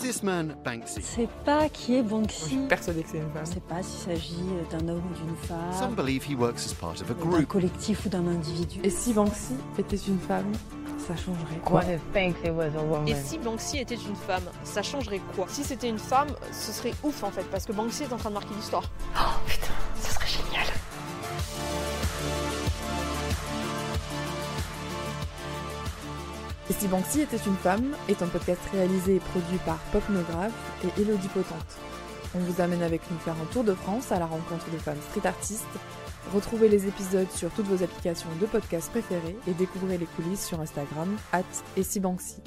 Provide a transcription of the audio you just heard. This man, Banksy. sait pas qui est Banksy. Persuadée que c'est une femme. On ne sait pas s'il s'agit d'un homme ou d'une Some femme, believe he works as part of a d'un group. collectif ou d'un individu. Et si Banksy était une femme, ça changerait quoi What if Banksy was a woman? Et si Banksy était une femme, ça changerait quoi Si c'était une femme, ce serait ouf en fait, parce que Banksy est en train de marquer l'histoire. Et si Banksy était une femme est un podcast réalisé et produit par Popnographe et Elodie Potente. On vous amène avec nous faire un tour de France à la rencontre de femmes street artistes. Retrouvez les épisodes sur toutes vos applications de podcast préférées et découvrez les coulisses sur Instagram, at et si Banksy.